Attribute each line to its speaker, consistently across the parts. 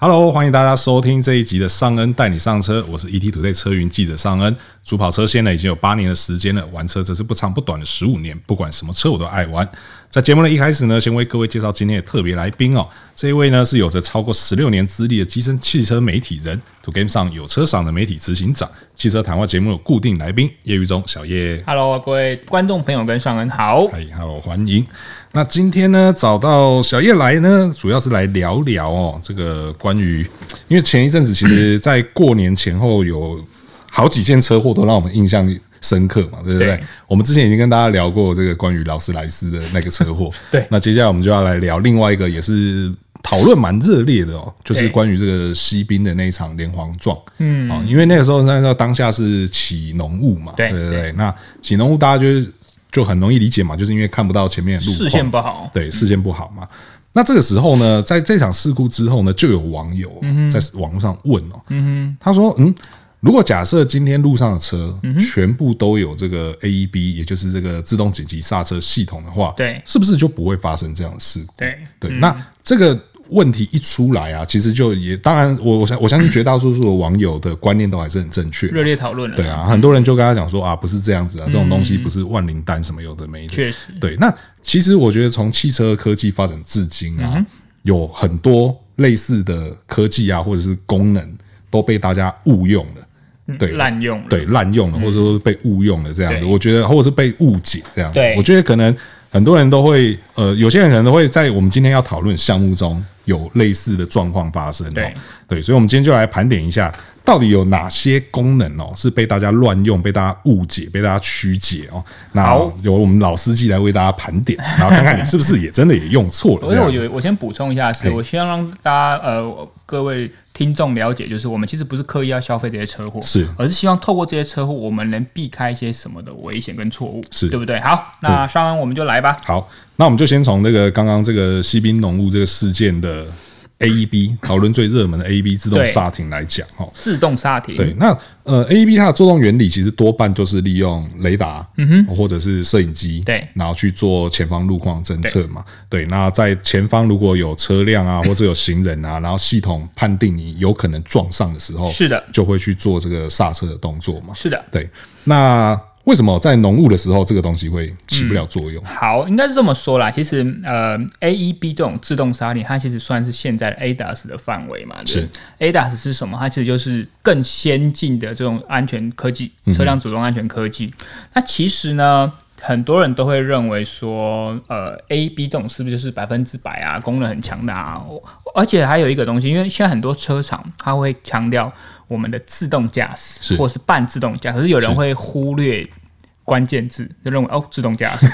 Speaker 1: Hello，欢迎大家收听这一集的尚恩带你上车，我是 ET 土 y 车云记者尚恩。主跑车现在已经有八年的时间了，玩车则是不长不短的十五年，不管什么车我都爱玩。在节目的一开始呢，先为各位介绍今天的特别来宾哦，这一位呢是有着超过十六年资历的资深汽车媒体人，To Game 上有车赏的媒体执行长，汽车谈话节目有固定来宾业余中小叶。
Speaker 2: Hello，各位观众朋友跟上恩好。
Speaker 1: 嗨，Hello，欢迎。那今天呢，找到小叶来呢，主要是来聊聊哦，这个关于，因为前一阵子其实，在过年前后有好几件车祸都让我们印象深刻嘛，对不对？
Speaker 2: 对
Speaker 1: 我们之前已经跟大家聊过这个关于劳斯莱斯的那个车祸，
Speaker 2: 对
Speaker 1: 那接下来我们就要来聊另外一个也是讨论蛮热烈的哦，就是
Speaker 2: 对
Speaker 1: 关于这个西滨的那一场连环撞，嗯，啊，因为那个时候那时候当下是起浓雾嘛，
Speaker 2: 对
Speaker 1: 对不
Speaker 2: 对
Speaker 1: 对，那起浓雾大家就是。就很容易理解嘛，就是因为看不到前面的路况，
Speaker 2: 视线不好
Speaker 1: 对，视线不好嘛。那这个时候呢，在这场事故之后呢，就有网友
Speaker 2: 嗯
Speaker 1: 在网络上问哦，他说，嗯，如果假设今天路上的车
Speaker 2: 嗯
Speaker 1: 全部都有这个 AEB，也就是这个自动紧急刹车系统的话，
Speaker 2: 对
Speaker 1: 是不是就不会发生这样的事故？
Speaker 2: 对嗯
Speaker 1: 对，那这个问题一出来啊，其实就也当然，我我相我相信绝大多数的网友的观念都还是很正确的，
Speaker 2: 热烈讨论了。
Speaker 1: 对，啊，很多人就跟他讲说啊，不是这样子啊，这种东西不是万灵丹什么有的没的。
Speaker 2: 嗯确实
Speaker 1: 对。那其实我觉得从汽车科技发展至今
Speaker 2: 嗯
Speaker 1: 啊，有很多类似的科技啊，或者是功能都被大家误用了，对，
Speaker 2: 滥用了。
Speaker 1: 对滥用了，或者说被误用了这样子，
Speaker 2: 对
Speaker 1: 我觉得或者是被误解这样子
Speaker 2: 对
Speaker 1: 我觉得可能很多人都会，呃，有些人可能都会在我们今天要讨论项目中有类似的状况发生、哦，
Speaker 2: 对
Speaker 1: 对，所以我们今天就来盘点一下，到底有哪些功能哦是被大家乱用、被大家误解、被大家曲解哦。那
Speaker 2: 好
Speaker 1: 由我们老司机来为大家盘点，然后看看你是不是也真的也用错了这
Speaker 2: 而且
Speaker 1: 样。
Speaker 2: 我有，我先补充一下，是
Speaker 1: 啊嘿
Speaker 2: 我希望让大家呃各位听众了解，就是我们其实不是刻意要消费这些车祸，
Speaker 1: 是
Speaker 2: 而是希望透过这些车祸，我们能避开一些什么的危险跟错误，
Speaker 1: 是
Speaker 2: 对不对？好，那上恩我们就来吧。
Speaker 1: 好，那我们就先从这个刚刚这个西滨浓雾这个事件的 AEB 讨论最热门的 AEB 自动
Speaker 2: 对
Speaker 1: 刹停来讲哦。
Speaker 2: 自动刹停，
Speaker 1: 对，那呃，AEB 它的作动原理其实多半就是利用雷达，嗯哼，或者是摄影机，
Speaker 2: 对
Speaker 1: 然后去做前方路况侦测嘛。对，那在前方如果有车辆啊，或者有行人啊，然后系统判定你有可能撞上的时候，
Speaker 2: 是的
Speaker 1: 就会去做这个刹车的动作嘛。
Speaker 2: 是的。
Speaker 1: 对，那为什么在浓雾的时候这个东西会起不了作用？
Speaker 2: 好，应该是这么说啦。其实，呃，AEB 这种自动刹停，它其实算是现在的 ADAS 的范围嘛。对不对 ADAS 是什么？它其实就是更先进的这种安全科技，车辆主动安全科技。那其实呢，很多人都会认为说，呃，AEB 这种是不是就是百分之百啊，功能很强大啊？我而且还有一个东西，因为现在很多车厂它会强调我们的自动驾
Speaker 1: 是
Speaker 2: 驶或是半自动驾驶，可是有人会忽略关键字，就认为哦，自动驾 驶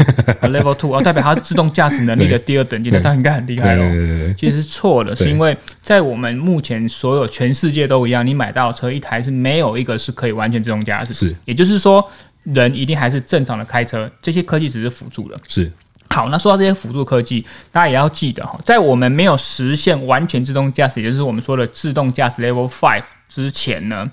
Speaker 2: Level Two 哦，代表它自动驾驶能力的第二等级，那它应该很厉害
Speaker 1: 对对
Speaker 2: 哦。
Speaker 1: 对对，
Speaker 2: 其实是错的，
Speaker 1: 对
Speaker 2: 是因为在我们目前所有全世界都一样，你买到的车一台是没有一个是可以完全自动驾驶，
Speaker 1: 是，
Speaker 2: 也就是说，人一定还是正常的开车，这些科技只是辅助的。
Speaker 1: 是
Speaker 2: 好，那说到这些辅助科技，大家也要记得哈，在我们没有实现完全自动驾驶，也就是我们说的自动驾驶 Level Five 之前呢，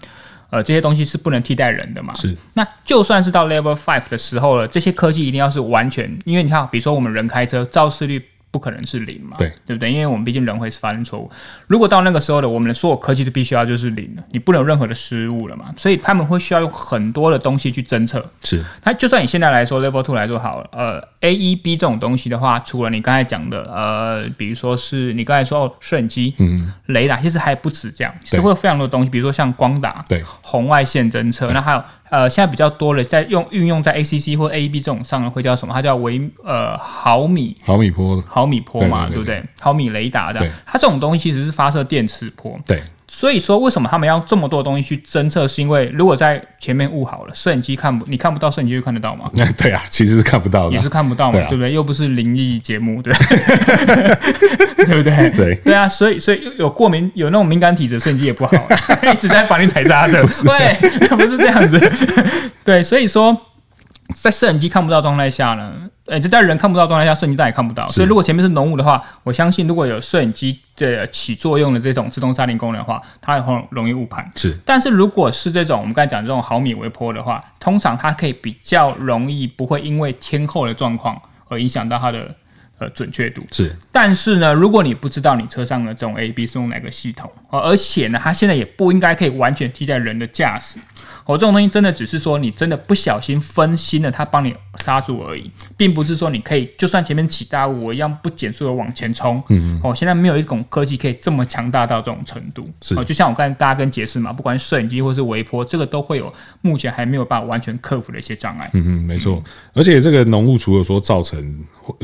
Speaker 2: 呃，这些东西是不能替代人的嘛。
Speaker 1: 是。
Speaker 2: 那就算是到 Level Five 的时候了，这些科技一定要是完全，因为你看，比如说我们人开车，肇事率不可能是零嘛，
Speaker 1: 对
Speaker 2: 对不对？因为我们毕竟人会发生错误。如果到那个时候了，我们的所有科技都必须要就是零了，你不能有任何的失误了嘛。所以他们会需要用很多的东西去侦测。
Speaker 1: 是
Speaker 2: 它就算你现在来说 Level Two 来说好了，呃，A E B 这种东西的话，除了你刚才讲的，呃，比如说是你刚才说哦摄影机、嗯，雷达，其实还不止这样，其实
Speaker 1: 对
Speaker 2: 会有非常多的东西，比如说像光达、
Speaker 1: 对
Speaker 2: 红外线侦测，那还有呃，现在比较多的在用运用在 A C C 或 A E B 这种上呢，会叫什么？它叫微呃毫米
Speaker 1: 毫米波的，
Speaker 2: 毫米波嘛，
Speaker 1: 对对对
Speaker 2: 不对？毫米雷达的
Speaker 1: 对，
Speaker 2: 它这种东西其实是发射电磁波，
Speaker 1: 对
Speaker 2: 所以说，为什么他们要这么多东西去侦测？是因为如果在前面误好了，摄影机看不，你看不到，摄影机就看得到吗？
Speaker 1: 对啊，其实是看不到的
Speaker 2: 也
Speaker 1: 啊，
Speaker 2: 是看不到嘛，
Speaker 1: 对
Speaker 2: 对,、
Speaker 1: 啊
Speaker 2: 不对？又不是灵异节目， 对对不对？
Speaker 1: 对
Speaker 2: 对啊，所以所以有过敏，有那种敏感体质，摄影机也不好，啊 一直在帮你踩刹车，对，不是这样子，对，所以说。在摄影机看不到状态下呢，呃、就在人看不到状态下，摄影机当然也看不到。所以如果前面是浓雾的话，我相信如果有摄影机的起作用的这种自动刹停功能的话，它很容易误判。
Speaker 1: 是
Speaker 2: 但是如果是这种我们刚才讲这种毫米微波的话，通常它可以比较容易不会因为天候的状况而影响到它的呃准确度。
Speaker 1: 是
Speaker 2: 但是呢，如果你不知道你车上的这种 AB 是用哪个系统，哦，而且呢，它现在也不应该可以完全替代人的驾驶。哦，这种东西真的只是说你真的不小心分心了，它帮你刹住而已，并不是说你可以就算前面起大雾，我一样不减速的往前冲。嗯哦，现在没有一种科技可以这么强大到这种程度。
Speaker 1: 是
Speaker 2: 哦，就像我刚才大家跟解释嘛，不管是摄影机或是微波，这个都会有目前还没有办法完全克服的一些障碍。
Speaker 1: 嗯嗯，没错。而且这个浓雾除了说造成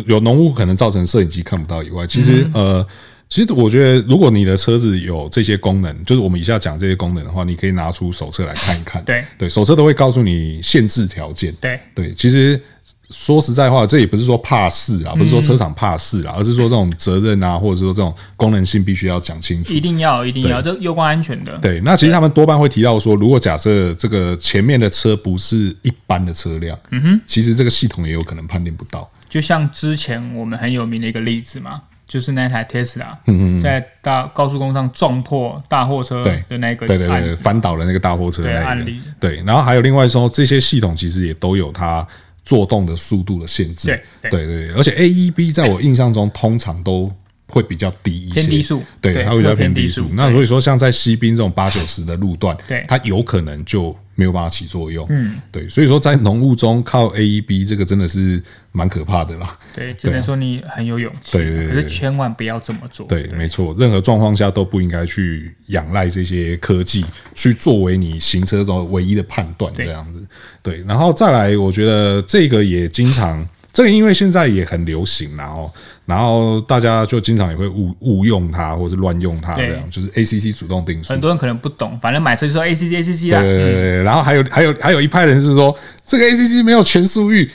Speaker 1: 有浓雾可能造成摄影机看不到以外，其实、
Speaker 2: 嗯
Speaker 1: 呃，其实我觉得如果你的车子有这些功能，就是我们以下讲这些功能的话，你可以拿出手册来看一看。
Speaker 2: 对
Speaker 1: 对，手册都会告诉你限制条件。
Speaker 2: 对
Speaker 1: 对，其实。说实在话，这也不是说怕事啊，不
Speaker 2: 嗯
Speaker 1: 是说车厂怕事啊，而是说这种责任啊，或者说这种功能性必须要讲清楚。
Speaker 2: 一定要，一定要，这攸关安全的。
Speaker 1: 对，那其实他们多半会提到说，如果假设这个前面的车不是一般的车辆，嗯哼，其实这个系统也有可能判定不到。
Speaker 2: 就像之前我们很有名的一个例子嘛，就是那台 Tesla 嗯嗯在大高速公路上撞破大货车
Speaker 1: 对
Speaker 2: 的那个
Speaker 1: 对对
Speaker 2: 案
Speaker 1: 对，
Speaker 2: 子，
Speaker 1: 翻倒了那个大货车
Speaker 2: 对
Speaker 1: 那
Speaker 2: 案
Speaker 1: 个
Speaker 2: 例
Speaker 1: 对，然后还有另外说，这些系统其实也都有它做动的速度的限制。
Speaker 2: 对
Speaker 1: 对对，对而且 AEB 在我印象中通常都会比较低一些，
Speaker 2: 偏低速
Speaker 1: 对，
Speaker 2: 对
Speaker 1: 它会比较
Speaker 2: 会
Speaker 1: 偏
Speaker 2: 偏
Speaker 1: 低
Speaker 2: 低速
Speaker 1: 速。那所以说，像在西滨这种八九十的路段，
Speaker 2: 对
Speaker 1: 它有可能就没有办法起作用。嗯，对，所以说在浓雾中靠 AEB 这个真的是蛮可怕的啦。
Speaker 2: 对，只能说你很有勇气，
Speaker 1: 对对对
Speaker 2: 可是千万不要这么做。
Speaker 1: 对，没错，任何状况下都不应该去仰赖这些科技去作为你行车中唯一的判断，这样子。对，然后再来，我觉得这个也经常， 这个因为现在也很流行啦哦，然后大家就经常也会误误用它，或是乱用它，这样就是 ACC 主动定速
Speaker 2: 很。多人可能不懂，反正买车就说 A C C A C 啊 C 啦，
Speaker 1: 呃，然后还有还有还有一派人是说，这个 ACC 没有全速域，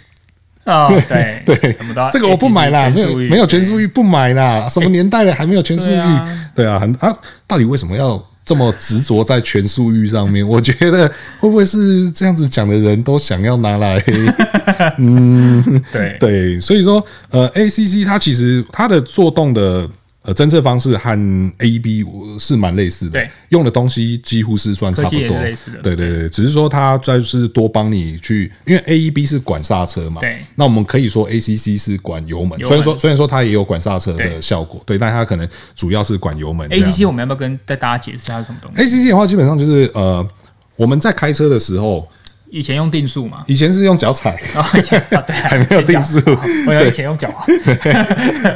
Speaker 2: 哦， 对
Speaker 1: 对
Speaker 2: 什么都要
Speaker 1: 这个我不买啦，
Speaker 2: ACC
Speaker 1: 没有没有全速域不买啦，什么年代了还没有全速
Speaker 2: 对
Speaker 1: 域
Speaker 2: 啊？
Speaker 1: 对啊，很啊，到底为什么要这么执着在全速域上面？我觉得会不会是这样子讲的人都想要拿来
Speaker 2: 对对
Speaker 1: 对，所以说呃，ACC 它其实它的做动的。呃，侦测方式和 AEB 我是蛮类似的，
Speaker 2: 对
Speaker 1: 用的东西几乎是算差不
Speaker 2: 科技
Speaker 1: 多，
Speaker 2: 也是类似的
Speaker 1: 对对对，只是说它就是多帮你去，因为 AEB 是管刹车嘛，
Speaker 2: 对
Speaker 1: 那我们可以说 ACC 是管油门，
Speaker 2: 油门
Speaker 1: 虽然说虽然说它也有管刹车的
Speaker 2: 对
Speaker 1: 效果，对，但它可能主要是管油门这
Speaker 2: A
Speaker 1: 样哎
Speaker 2: C C 我们要不要跟带大家解释它是什么东西？
Speaker 1: ACC 的话，基本上就是呃，我们在开车的时候，
Speaker 2: 以前用定 速嘛，
Speaker 1: 以前是用脚踩，
Speaker 2: 然后以前啊对啊，
Speaker 1: 还没有定速
Speaker 2: 以前脚我以为以前用脚啊滑，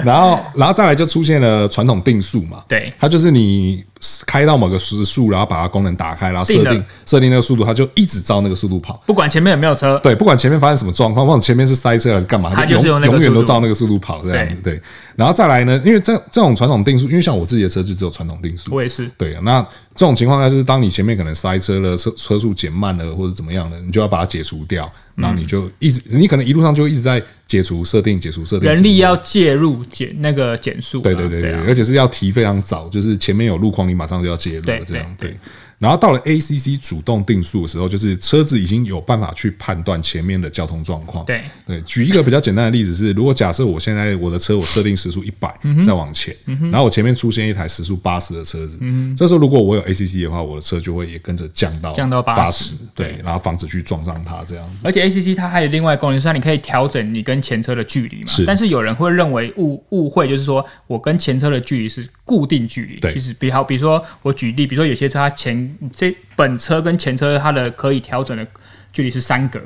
Speaker 1: 然后，然后再来就出现了传统定速嘛，
Speaker 2: 对
Speaker 1: 它就是你开到某个时速，然后把它功能打开，然后设
Speaker 2: 定
Speaker 1: 定
Speaker 2: 了
Speaker 1: 设定那个速度，它就一直照那个速度跑。
Speaker 2: 不管前面有没有车，
Speaker 1: 对，不管前面发生什么状况，忘了前面是塞车还是干嘛，
Speaker 2: 它
Speaker 1: 就
Speaker 2: 就是
Speaker 1: 永
Speaker 2: 用那个
Speaker 1: 永远
Speaker 2: 速
Speaker 1: 都
Speaker 2: 度
Speaker 1: 照那个速度跑这样子。对，然后再来呢，因为这这种传统定速，因为像我自己的车就只有传统定速，
Speaker 2: 我也是。
Speaker 1: 对啊，那这种情况下就是，当你前面可能塞车了，车车速减慢了，或者怎么样的，你就要把它解除掉，然后
Speaker 2: 嗯
Speaker 1: 你就一直，你可能一路上就一直在解除设定、解除设定。
Speaker 2: 人力
Speaker 1: 解除
Speaker 2: 要介入减那个减速啊，
Speaker 1: 对对对对，
Speaker 2: 啊
Speaker 1: 而且是要提非常早，就是前面有路况，你马上就要介入了
Speaker 2: 对
Speaker 1: 这样
Speaker 2: 对
Speaker 1: 对。然后到了 ACC 主动定速的时候，就是车子已经有办法去判断前面的交通状况。
Speaker 2: 对
Speaker 1: 对，举一个比较简单的例子是，如果假设我现在我的车我设定时速一百，
Speaker 2: 嗯
Speaker 1: 再往前，然后我前面出现一台时速八十的车子，这时候如果我有 ACC 的话，我的车就会也跟着降到
Speaker 2: 嗯降到
Speaker 1: 80
Speaker 2: 80
Speaker 1: 对，然后防止去撞上它这样子。
Speaker 2: 而且 ACC 它还有另外一个功能，就是它你可以调整你跟前车的距离嘛。
Speaker 1: 是
Speaker 2: 但是有人会认为误误会，就是说我跟前车的距离是固定距离。
Speaker 1: 对
Speaker 2: 其实比好，比如说我举例，比如说有些车它前这本车跟前车它的可以调整的。距离是三格，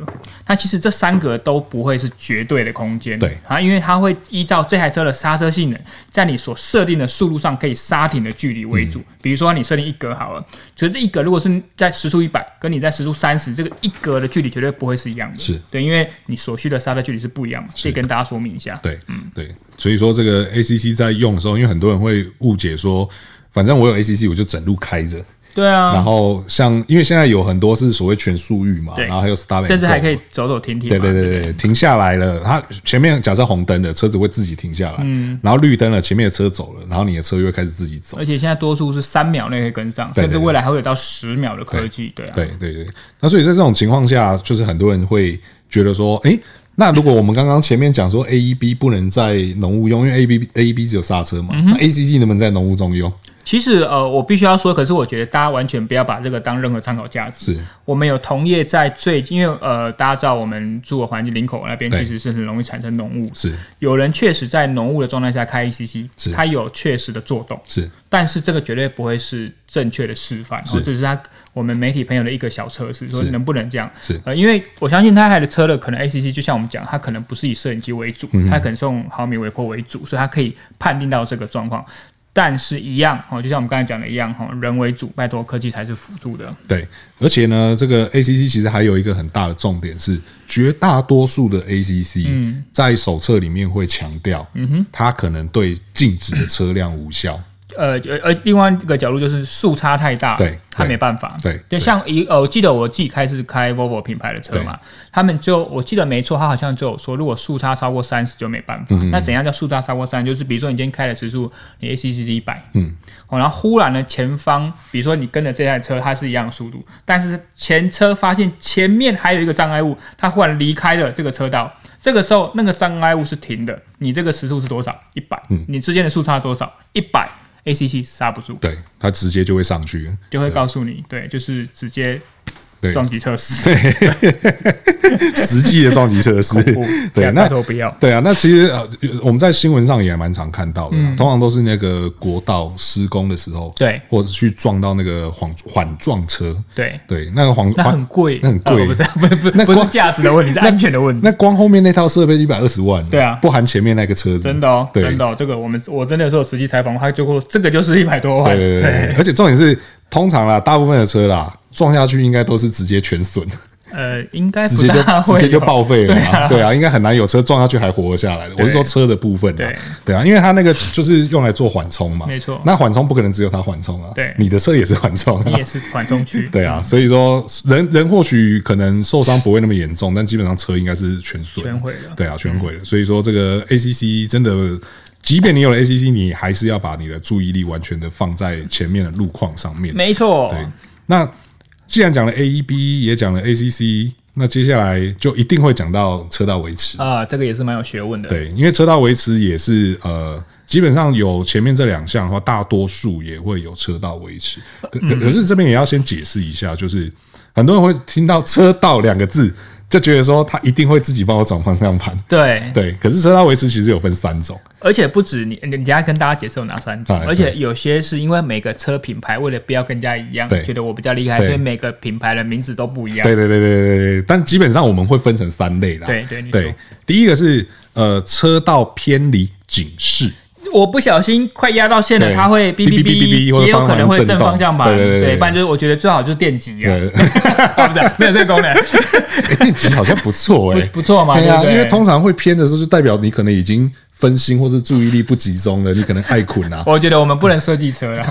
Speaker 2: 那其实这三格都不会是绝对的空间，
Speaker 1: 对
Speaker 2: 啊，因为它会依照这台车的刹车性能，在你所设定的速度上可以刹停的距离为主。
Speaker 1: 嗯
Speaker 2: 比如说你设定一格好了，其实这一格如果是在时速一百，跟你在时速三十，这个一格的距离绝对不会是一样的，
Speaker 1: 是
Speaker 2: 对，因为你所需的刹车距离是不一样嘛，可以跟大家说明一下。
Speaker 1: 对，对，所以说这个 ACC 在用的时候，因为很多人会误解说，反正我有 ACC，我就整路开着。
Speaker 2: 对
Speaker 1: 然
Speaker 2: 啊，
Speaker 1: 后像因为现在有很多是所谓全速域嘛，
Speaker 2: 对
Speaker 1: 然后还有 stop，and
Speaker 2: 甚至还
Speaker 1: go
Speaker 2: 可以走走停停嘛，
Speaker 1: 对对对对，停下来了，它前面假设红灯了，车子会自己停下来，
Speaker 2: 嗯
Speaker 1: 然后绿灯了，前面的车走了，然后你的车又会开始自己走。
Speaker 2: 而且现在多数是三秒内可以跟上，
Speaker 1: 对对
Speaker 2: 甚至未来还会有到十秒的科技，对啊，
Speaker 1: 对对对，那所以在这种情况下，就是很多人会觉得说，诶，那如果我们刚刚前面讲说 E
Speaker 2: 嗯
Speaker 1: AEB 不能在浓雾用，因为 AEB AEB 只有刹车嘛，那 ACC 能不能在浓雾中用？
Speaker 2: 其实呃，我必须要说，可是我觉得大家完全不要把这个当任何参考价值。
Speaker 1: 是
Speaker 2: 我们有同业在最，因为呃，大家知道我们住的环境林口那边
Speaker 1: 对
Speaker 2: 其实是很容易产生浓雾，
Speaker 1: 是
Speaker 2: 有人确实在浓雾的状态下开 ECC，
Speaker 1: 是
Speaker 2: 他有确实的做动，
Speaker 1: 是
Speaker 2: 但是这个绝对不会是正确的示范，哦，这是他我们媒体朋友的一个小测试，说
Speaker 1: 是
Speaker 2: 能不能这样？
Speaker 1: 是
Speaker 2: 呃，因为我相信他还的车的可能 ACC 就像我们讲，它可能不是以摄影机为主，
Speaker 1: 嗯
Speaker 2: 它可能是用毫米微波为主，所以它可以判定到这个状况。但是，一样哦，就像我们刚才讲的一样哦，人为主，拜托科技才是辅助的。
Speaker 1: 对，而且呢，这个 ACC 其实还有一个很大的重点是，绝大多数的 ACC
Speaker 2: 嗯
Speaker 1: 在手册里面会强调，嗯哼，它可能对禁止的车辆无 效，
Speaker 2: 呃，而而另外一个角度就是速差太大，
Speaker 1: 对
Speaker 2: 他
Speaker 1: 对
Speaker 2: 没办法。
Speaker 1: 对
Speaker 2: 就
Speaker 1: 对
Speaker 2: 像一呃，我记得我自己开始开 Volvo 品牌的车嘛，他们就我记得没错，他好像就有说，如果速差超过三十就没办法。
Speaker 1: 嗯
Speaker 2: 那怎样叫速差超过三？就是比如说你今天开的时速，你 ACC 是一百，嗯，哦，然后忽然呢，前方比如说你跟着这台车，它是一样的速度，但是前车发现前面还有一个障碍物，它忽然离开了这个车道。这个时候，那个障碍物是停的，你这个时速是多少？一百、
Speaker 1: 嗯
Speaker 2: 你之间的速差多少？一百，ACC 刹不住，
Speaker 1: 对，它直接就会上去了，
Speaker 2: 就会告诉你，对，就是直接
Speaker 1: 对，
Speaker 2: 撞击测试，
Speaker 1: 实际的撞击 测试
Speaker 2: 哦不，
Speaker 1: 对，那
Speaker 2: 拜托不要。
Speaker 1: 对啊，那其实呃，我们在新闻上也蛮常看到的啦、通常都是那个国道施工的时候，
Speaker 2: 嗯对
Speaker 1: 或者去撞到那个缓缓撞车，
Speaker 2: 对，
Speaker 1: 对，那个缓
Speaker 2: 那很
Speaker 1: 缓
Speaker 2: 贵，
Speaker 1: 啊那很贵
Speaker 2: 呃不是不是不是
Speaker 1: 那
Speaker 2: 不是
Speaker 1: 光
Speaker 2: 价值的问题，是安全的问题。
Speaker 1: 那光后面那套设备一百二十万，
Speaker 2: 对啊
Speaker 1: 不含前面那个车子，
Speaker 2: 真的哦，
Speaker 1: 对
Speaker 2: 真的哦，这个我们我真的是有实际采访，他就说这个就是一百多
Speaker 1: 对
Speaker 2: 万，
Speaker 1: 对对对对，而且重点是，通常啦，大部分的车啦，撞下去应该都是直接全 损，
Speaker 2: 呃，应该
Speaker 1: 直
Speaker 2: 不
Speaker 1: 接就
Speaker 2: 大会
Speaker 1: 直接就
Speaker 2: 有
Speaker 1: 报废了嘛。对啊，应该很难有车撞下去还活下来的。我是说车的部分啦，
Speaker 2: 对
Speaker 1: 对啊，因为它那个就是用来做缓冲嘛，
Speaker 2: 没错
Speaker 1: 那缓冲不可能只有它缓冲啊，
Speaker 2: 对
Speaker 1: 你的车也是缓冲
Speaker 2: 你
Speaker 1: 啊
Speaker 2: 也。是缓冲区，
Speaker 1: 对啊，所以说人人或许可能受伤不会那么严重，但基本上车应该是全损，
Speaker 2: 全毁了嗯
Speaker 1: 对啊，全毁了。所以说这个 ACC 真的，即便你有了 ACC，你还是要把你的注意力完全的放在前面的路况上面。
Speaker 2: 没错，
Speaker 1: 对，那既然讲了 AEB，也讲了 ACC，那接下来就一定会讲到车道维持。
Speaker 2: 啊，这个也是蛮有学问的，
Speaker 1: 对，因为车道维持也是呃，基本上有前面这两项的话，大多数也会有车道维持。可可
Speaker 2: 嗯
Speaker 1: 可是这边也要先解释一下，就是很多人会听到“车道”两个字，就觉得说他一定会自己帮我转方向盘。
Speaker 2: 对，
Speaker 1: 对，可是车道维持其实有分三种，
Speaker 2: 而且不止你，你等一下跟大家解释有哪三种，
Speaker 1: 哎
Speaker 2: 而且有些是因为每个车品牌为了不要跟人家一样，
Speaker 1: 对
Speaker 2: 觉得我比较厉害，
Speaker 1: 对
Speaker 2: 所以每个品牌的名字都不一样。
Speaker 1: 对对对对对对，但基本上我们会分成三类啦。
Speaker 2: 对对你说
Speaker 1: 对，第一个是呃车道偏离警示，
Speaker 2: 我不小心快压到线了，
Speaker 1: 对
Speaker 2: 它会哔哔
Speaker 1: 哔哔哔
Speaker 2: 哔，
Speaker 1: 或者
Speaker 2: 也有可能会
Speaker 1: 方向
Speaker 2: 正
Speaker 1: 震
Speaker 2: 方向盘，
Speaker 1: 动对对对对
Speaker 2: 不然就是我觉得最好就是电极 啊，
Speaker 1: 对，
Speaker 2: 啊不 是没有这个功能，
Speaker 1: 欸电极哎好像不 错哎、欸，
Speaker 2: 不错嘛，
Speaker 1: 对
Speaker 2: 对
Speaker 1: 啊，
Speaker 2: 不对
Speaker 1: 因为通常会偏的时候，就代表你可能已经分心或是注意力不集中了，你可能爱困啊
Speaker 2: ，我觉得我们不能设计车 啊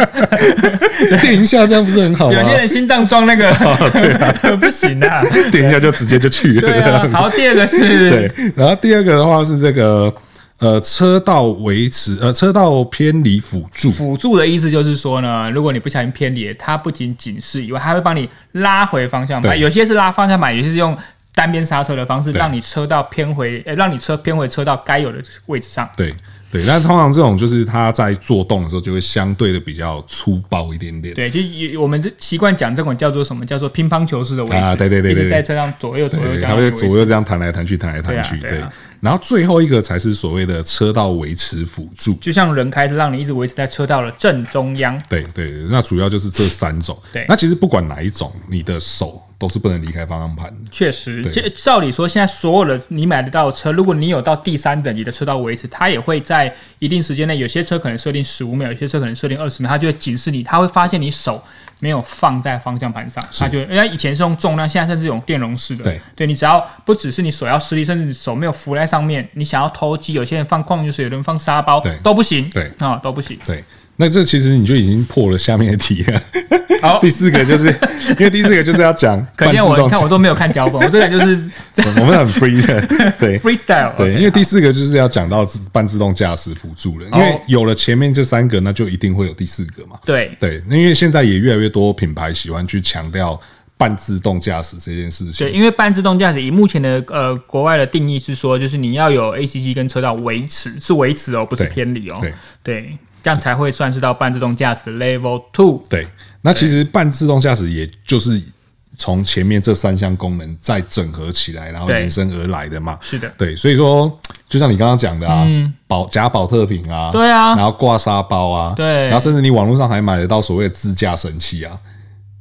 Speaker 2: 了，
Speaker 1: 点一下这样不是很好吗
Speaker 2: 有？些人心脏装 那个
Speaker 1: 哦
Speaker 2: 不行啊，
Speaker 1: 点一下就直接就去了，
Speaker 2: 对啊。好，第二个是
Speaker 1: 对，然后第二个的话是这个呃车道维持呃车道偏离辅助，
Speaker 2: 辅助的意思就是说呢，如果你不小心偏离，它不仅警示以外，它会帮你拉回方向盘。
Speaker 1: 对
Speaker 2: 有些是拉方向盘，有些是用单边刹车的方式，
Speaker 1: 对
Speaker 2: 让你车道偏回，呃，让你车偏回车道该有的位置上。
Speaker 1: 对对，但通常这种就是它在做动的时候就会相对的比较粗暴一点点，
Speaker 2: 对，就有我们这习惯讲这种叫做什么？叫做乒乓球式的位置
Speaker 1: 啊对对对对
Speaker 2: 一直在
Speaker 1: 对
Speaker 2: 车上左右左右
Speaker 1: 对，
Speaker 2: 这
Speaker 1: 它
Speaker 2: 样的位
Speaker 1: 会
Speaker 2: 置，
Speaker 1: 左右这样弹来弹去，弹来弹去，
Speaker 2: 对啊对啊
Speaker 1: 然后最后一个才是所谓的车道维持辅助，
Speaker 2: 就像人开车，让你一直维持在车道的正中央。
Speaker 1: 对对，对那主要就是这三种。
Speaker 2: 对
Speaker 1: 那其实不管哪一种，你的手都是不能离开方向盘的。
Speaker 2: 确实，
Speaker 1: 对
Speaker 2: 这照理说，现在所有的你买得到的车，如果你有到第三等级的车道维持，它也会在一定时间内，有些车可能设定十五秒，有些车可能设定二十秒，它就会警示你，它会发现你手没有放在方向盘上，它就人家以前是用重量，现在甚至用电容式的，
Speaker 1: 对，
Speaker 2: 你只要不只是你手要施力，甚至你手没有扶在上面，你想要偷鸡，有些人放矿泉水，有人放沙包
Speaker 1: 对，
Speaker 2: 都不行，
Speaker 1: 对。
Speaker 2: 啊、都不行
Speaker 1: 对，那这其实你就已经破了下面的题了。
Speaker 2: 好
Speaker 1: 第，四个就是因为第四个就是要讲
Speaker 2: 可
Speaker 1: 半自
Speaker 2: 见我你
Speaker 1: 动
Speaker 2: 看我
Speaker 1: 驾，
Speaker 2: 都没有看脚本，我这个人就是
Speaker 1: 我们很 free 的，对。
Speaker 2: freestyle，
Speaker 1: 对，因为第四个就是要讲到自半自动驾驶辅助了，因为
Speaker 2: 哦
Speaker 1: 有了前面这三个，那就一定会有第四个嘛。
Speaker 2: 对
Speaker 1: 对，那因为现在也越来越多品牌喜欢去强调半自动驾驶这件事情
Speaker 2: 对，。因为半自动驾驶以目前的呃国外的定义是说，就是你要有 ACC 跟车道维持，是维持哦，不是
Speaker 1: 对
Speaker 2: 偏离哦。
Speaker 1: 对
Speaker 2: 对这样才会算是到半自动驾驶的 Level Two。
Speaker 1: 对，那其实半自动驾驶也就是从前面这三项功能再整合起来，然后
Speaker 2: 对
Speaker 1: 延伸而来的嘛。
Speaker 2: 是的，
Speaker 1: 对，所以说，就像你刚刚讲的啊，保假保特瓶啊，
Speaker 2: 嗯对啊
Speaker 1: 然后挂沙包啊，
Speaker 2: 对
Speaker 1: 然后甚至你网络上还买得到所谓的自驾神器啊，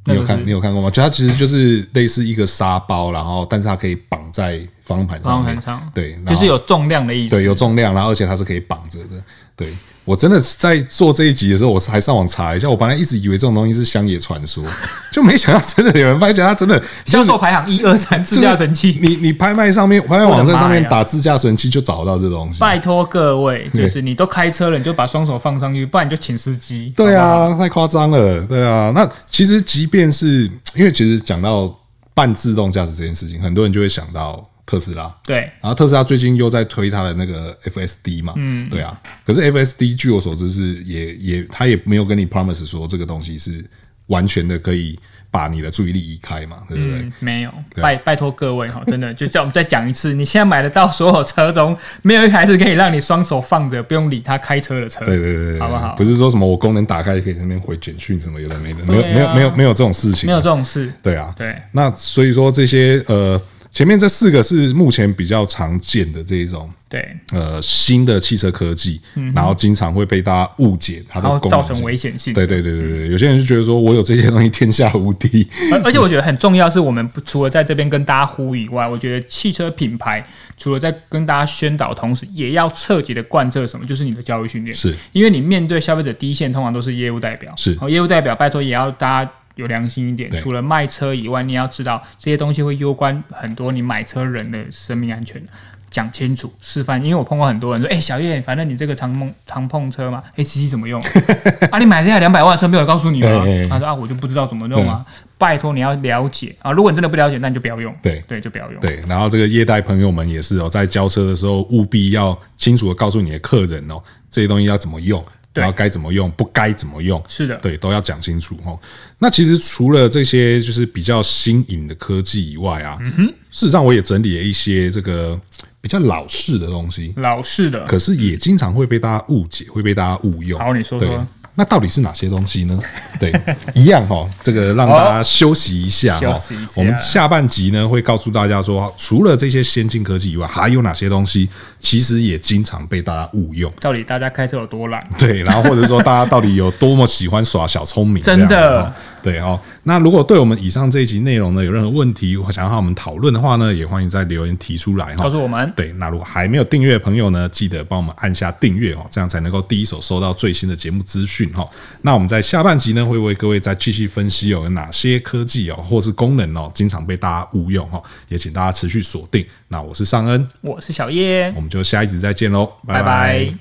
Speaker 1: 你有看你有看过吗？就它其实就是类似一个沙包，然后但是它可以绑在方向盘上
Speaker 2: 方
Speaker 1: 面
Speaker 2: 向盘上，
Speaker 1: 对，然后
Speaker 2: 就是有重量的意思。
Speaker 1: 对，有重量，然后而且它是可以绑着的。对我真的在做这一集的时候，我还上网查一下，我本来一直以为这种东西是乡野传说， 就没想到真的有人发现它真的
Speaker 2: 销售排行一二三自驾神器，
Speaker 1: 你你拍卖上面拍卖网站上
Speaker 2: 我的妈
Speaker 1: 面
Speaker 2: 呀
Speaker 1: 打自驾神器就找到这东西。
Speaker 2: 拜托各位，
Speaker 1: 对
Speaker 2: 就是你都开车了，你就把双手放上去，不然你就请司机。
Speaker 1: 对啊，太夸张了。对啊，那其实即便是因为其实讲到半自动驾驶这件事情，很多人就会想到特斯拉。
Speaker 2: 对，
Speaker 1: 然后特斯拉最近又在推它的那个 FSD 嘛，嗯，对啊。可是 FSD 据我所知是也也它也没有跟你 promise 说这个东西是完全的可以把你的注意力移开嘛，对不对？
Speaker 2: 嗯，没有，
Speaker 1: 对
Speaker 2: 拜拜托各位哈，真的，就叫我们再讲一次，你现在买得到所有车中，没有一台是可以让你双手放着，不用理它开车的车。
Speaker 1: 对对对对，
Speaker 2: 好不好
Speaker 1: 不是说什么我功能打开也可以在那边回简讯什么有的没的，没有
Speaker 2: 对啊
Speaker 1: 没有没有没有这种事情，
Speaker 2: 没有这种事。
Speaker 1: 对啊，
Speaker 2: 对，
Speaker 1: 那所以说这些呃，前面这四个是目前比较常见的这一种
Speaker 2: 对，
Speaker 1: 呃新的汽车科技，然后经常会被大家误解它的
Speaker 2: 嗯然后
Speaker 1: 功能
Speaker 2: 造
Speaker 1: 性
Speaker 2: 成危险性。
Speaker 1: 对对对对对，有些人就觉得说我有这些东西天下无敌，
Speaker 2: 而而且我觉得很重要是我们不除了在这边跟大家呼吁以外，我觉得汽车品牌除了在跟大家宣导，同时也要彻底的贯彻什么， 就是你的教育训练。
Speaker 1: 是
Speaker 2: 因为你面对消费者第一线，通常都是业务代表，
Speaker 1: 是
Speaker 2: 哦，业务代表，拜托也要大家。有良心一点
Speaker 1: 对，
Speaker 2: 除了卖车以外，你也要知道这些东西会攸关很多你买车人的生命安全，讲清楚示范。因为我碰过很多人说：“哎、小叶，反正你这个常碰常碰车哎嘛，ACC 怎么用？ 啊，你买这台两百万的车没有人告诉你吗？”
Speaker 1: 哎哎哎
Speaker 2: 他说：“啊，我就不知道怎么弄啊。”拜托你要了解啊，如果你真的不了解，那你就不要用。
Speaker 1: 对
Speaker 2: 对，就不要用。
Speaker 1: 对，然后这个业代朋友们也是哦，在交车的时候务必要清楚的告诉你的客人哦，这些东西要怎么用，
Speaker 2: 对
Speaker 1: 然后该怎么用，不该怎么用，
Speaker 2: 是啊的，
Speaker 1: 对，都要讲清楚哦。那其实除了这些就是比较新颖的科技以外
Speaker 2: 嗯
Speaker 1: 啊，事实上我也整理了一些这个比较老式的东西，
Speaker 2: 老式的。
Speaker 1: 可是也经常会被大家误解，会被大家误用。
Speaker 2: 好你说说
Speaker 1: 对。那到底是哪些东西呢？ 对，一样哦，这个让大家休息一下
Speaker 2: 休
Speaker 1: 哦
Speaker 2: 息一下。
Speaker 1: 我们下半集呢会告诉大家说，除了这些先进科技以外，还有哪些东西其实也经常被大家误用。
Speaker 2: 到底大家开车有多懒？
Speaker 1: 对，然后或者说大家到底有多么喜欢耍小聪明这样子哦，
Speaker 2: 真的
Speaker 1: 对哦。那如果对我们以上这一集内容呢有任何问题，或想要和我们讨论的话呢，也欢迎在留言提出来哈、哦
Speaker 2: 告诉我们。
Speaker 1: 对，那如果还没有订阅的朋友呢，记得帮我们按下订阅哦，这样才能够第一手收到最新的节目资讯哈。那我们在下半集呢，会为各位再继续分析哦，有哪些科技哦，或是功能哦，经常被大家误用哦，也请大家持续锁定。那我是尚恩，
Speaker 2: 我是小叶，
Speaker 1: 我们就下一集再见喽，
Speaker 2: 拜
Speaker 1: 拜
Speaker 2: 拜。